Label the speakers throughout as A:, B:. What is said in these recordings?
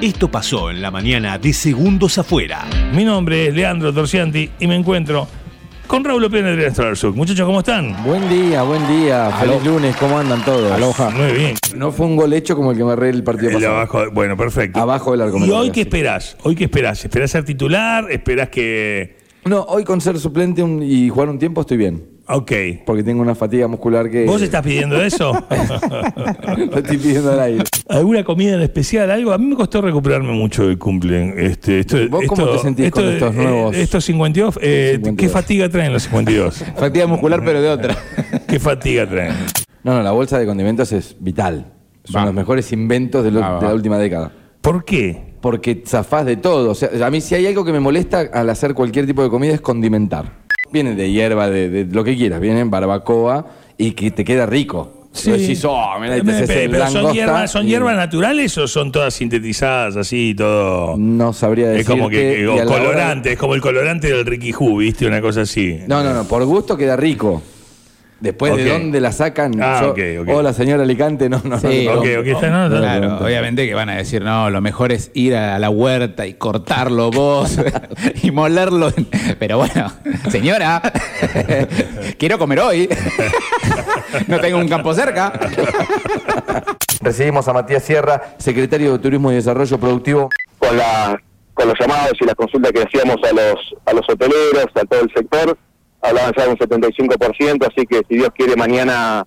A: Esto pasó en la mañana de Segundos Afuera.
B: Mi nombre es Leandro Torcianti y me encuentro con Raúl López y Adrián Strarsuk. Muchachos, ¿cómo están?
C: Buen día, buen día. Feliz lunes, ¿cómo andan todos?
B: Muy bien.
C: No fue un gol hecho como el que me arreglé el partido
B: El
C: pasado.
B: abajo- bueno, perfecto.
C: Abajo del arco. me
B: ¿Y
C: lo
B: hoy
C: digas.
B: qué esperás? ¿Hoy qué esperás? ¿Esperás ser titular? ¿Esperás que.?
C: No, hoy con ser suplente un- y jugar un tiempo estoy bien.
B: Ok.
C: Porque tengo una fatiga muscular que.
B: ¿Vos estás pidiendo eso?
C: Lo estoy pidiendo al aire.
B: ¿Alguna comida en especial? Algo. A mí me costó recuperarme mucho del cumple. Este, esto,
C: ¿Vos cómo te sentís con estos
B: eh,
C: nuevos-
B: estos 52, eh,
C: 52?
B: ¿Qué fatiga traen los 52?
C: Fatiga muscular, pero de otra.
B: ¿Qué fatiga traen?
C: No, no, la bolsa de condimentos es vital. Son los mejores inventos de, lo-
D: Va, va.
C: de la última década.
B: ¿Por qué?
C: Porque zafás de todo. O sea, a mí si hay algo que me molesta al hacer cualquier tipo de comida es condimentar. Viene de hierba, de, de lo que quieras. Viene en barbacoa y que te queda rico. Vos decís, oh, mirá, y te
B: Eh,
C: haces
B: pero-
C: el
B: pero ¿Son,
C: langosta
B: hierbas, son
C: y-
B: hierbas naturales o son todas sintetizadas así y todo?
C: No sabría decir.
B: Es como que, que- o colorante, es como el colorante del Ricky Who, ¿viste? Una cosa así.
C: No, no, no. Por gusto queda rico. Después
B: Ok.
C: de dónde la sacan.
B: Ah, ok, ok.
C: Hola, señora Alicante. No, no,
D: Sí.
C: no.
B: ok, ok, está, no, no,
D: Claro, obviamente que van a decir, no, lo mejor es ir a la huerta y cortarlo vos y molerlo. Pero bueno, señora, quiero comer hoy. No tengo un campo cerca.
C: Recibimos a Matías Sierra, secretario de Turismo y Desarrollo Productivo.
E: con, la, con los llamados y las consultas que hacíamos a los, a los hoteleros, a todo el sector, hablaban ya de un 75%, así que si Dios quiere mañana,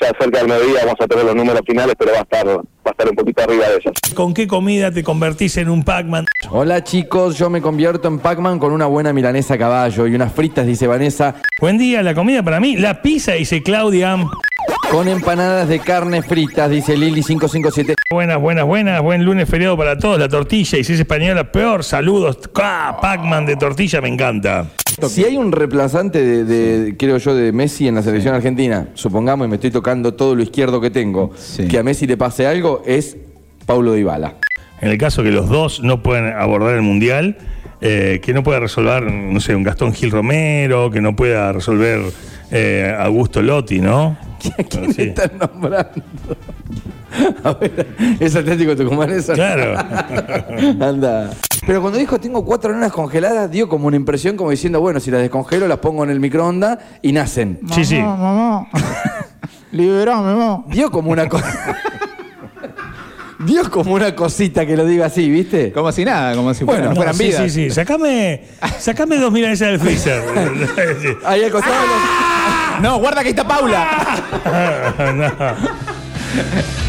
E: ya cerca del mediodía, vamos a tener los números finales, pero va a estar, va a estar un poquito arriba de ellos.
B: ¿Con qué comida te convertís en un Pac-Man?
C: Hola chicos, yo me convierto en Pac-Man con una buena milanesa a caballo y unas fritas, dice Vanessa,
B: Buen día, la comida para mí, la pizza, dice Claudia.
C: con empanadas de carne fritas, dice Lili557.
B: Buenas, buenas, buenas. Buen lunes feriado para todos. La tortilla, y si es española, peor. Saludos. Ah, Pac-Man de tortilla, me encanta.
C: Si hay un reemplazante de, de- creo yo, de Messi en la selección argentina, supongamos, y me estoy tocando todo lo izquierdo que tengo,
D: Sí.
C: que a Messi le pase algo, es Paulo Dybala.
B: En el caso que los dos no puedan abordar el mundial, eh, que no pueda resolver, no sé, un Gastón Gil Romero, que no pueda resolver eh, Augusto Lotti, ¿no?
C: ¿A quién
B: Sí.
C: están nombrando? A ver, es Atlético Tucumán eso.
B: Claro.
C: Anda. Pero cuando dijo tengo cuatro nanas congeladas, dio como una impresión como diciendo, bueno, si las descongelo, las pongo en el microondas y nacen.
B: Sí, sí.
D: mamá. Liberame, mamá.
C: Dio como una cosa. dio como una cosita que lo diga así, ¿viste?
D: Como si nada, como si
B: No,
D: fueran, fueran
B: sí,
D: vidas.
B: sí, sí. Sacame, sacame dos milanesas del freezer. Sí.
C: Ahí al
D: Ah.
C: costado.
B: Ah.
D: No, guarda que ahí está Paula.
B: No.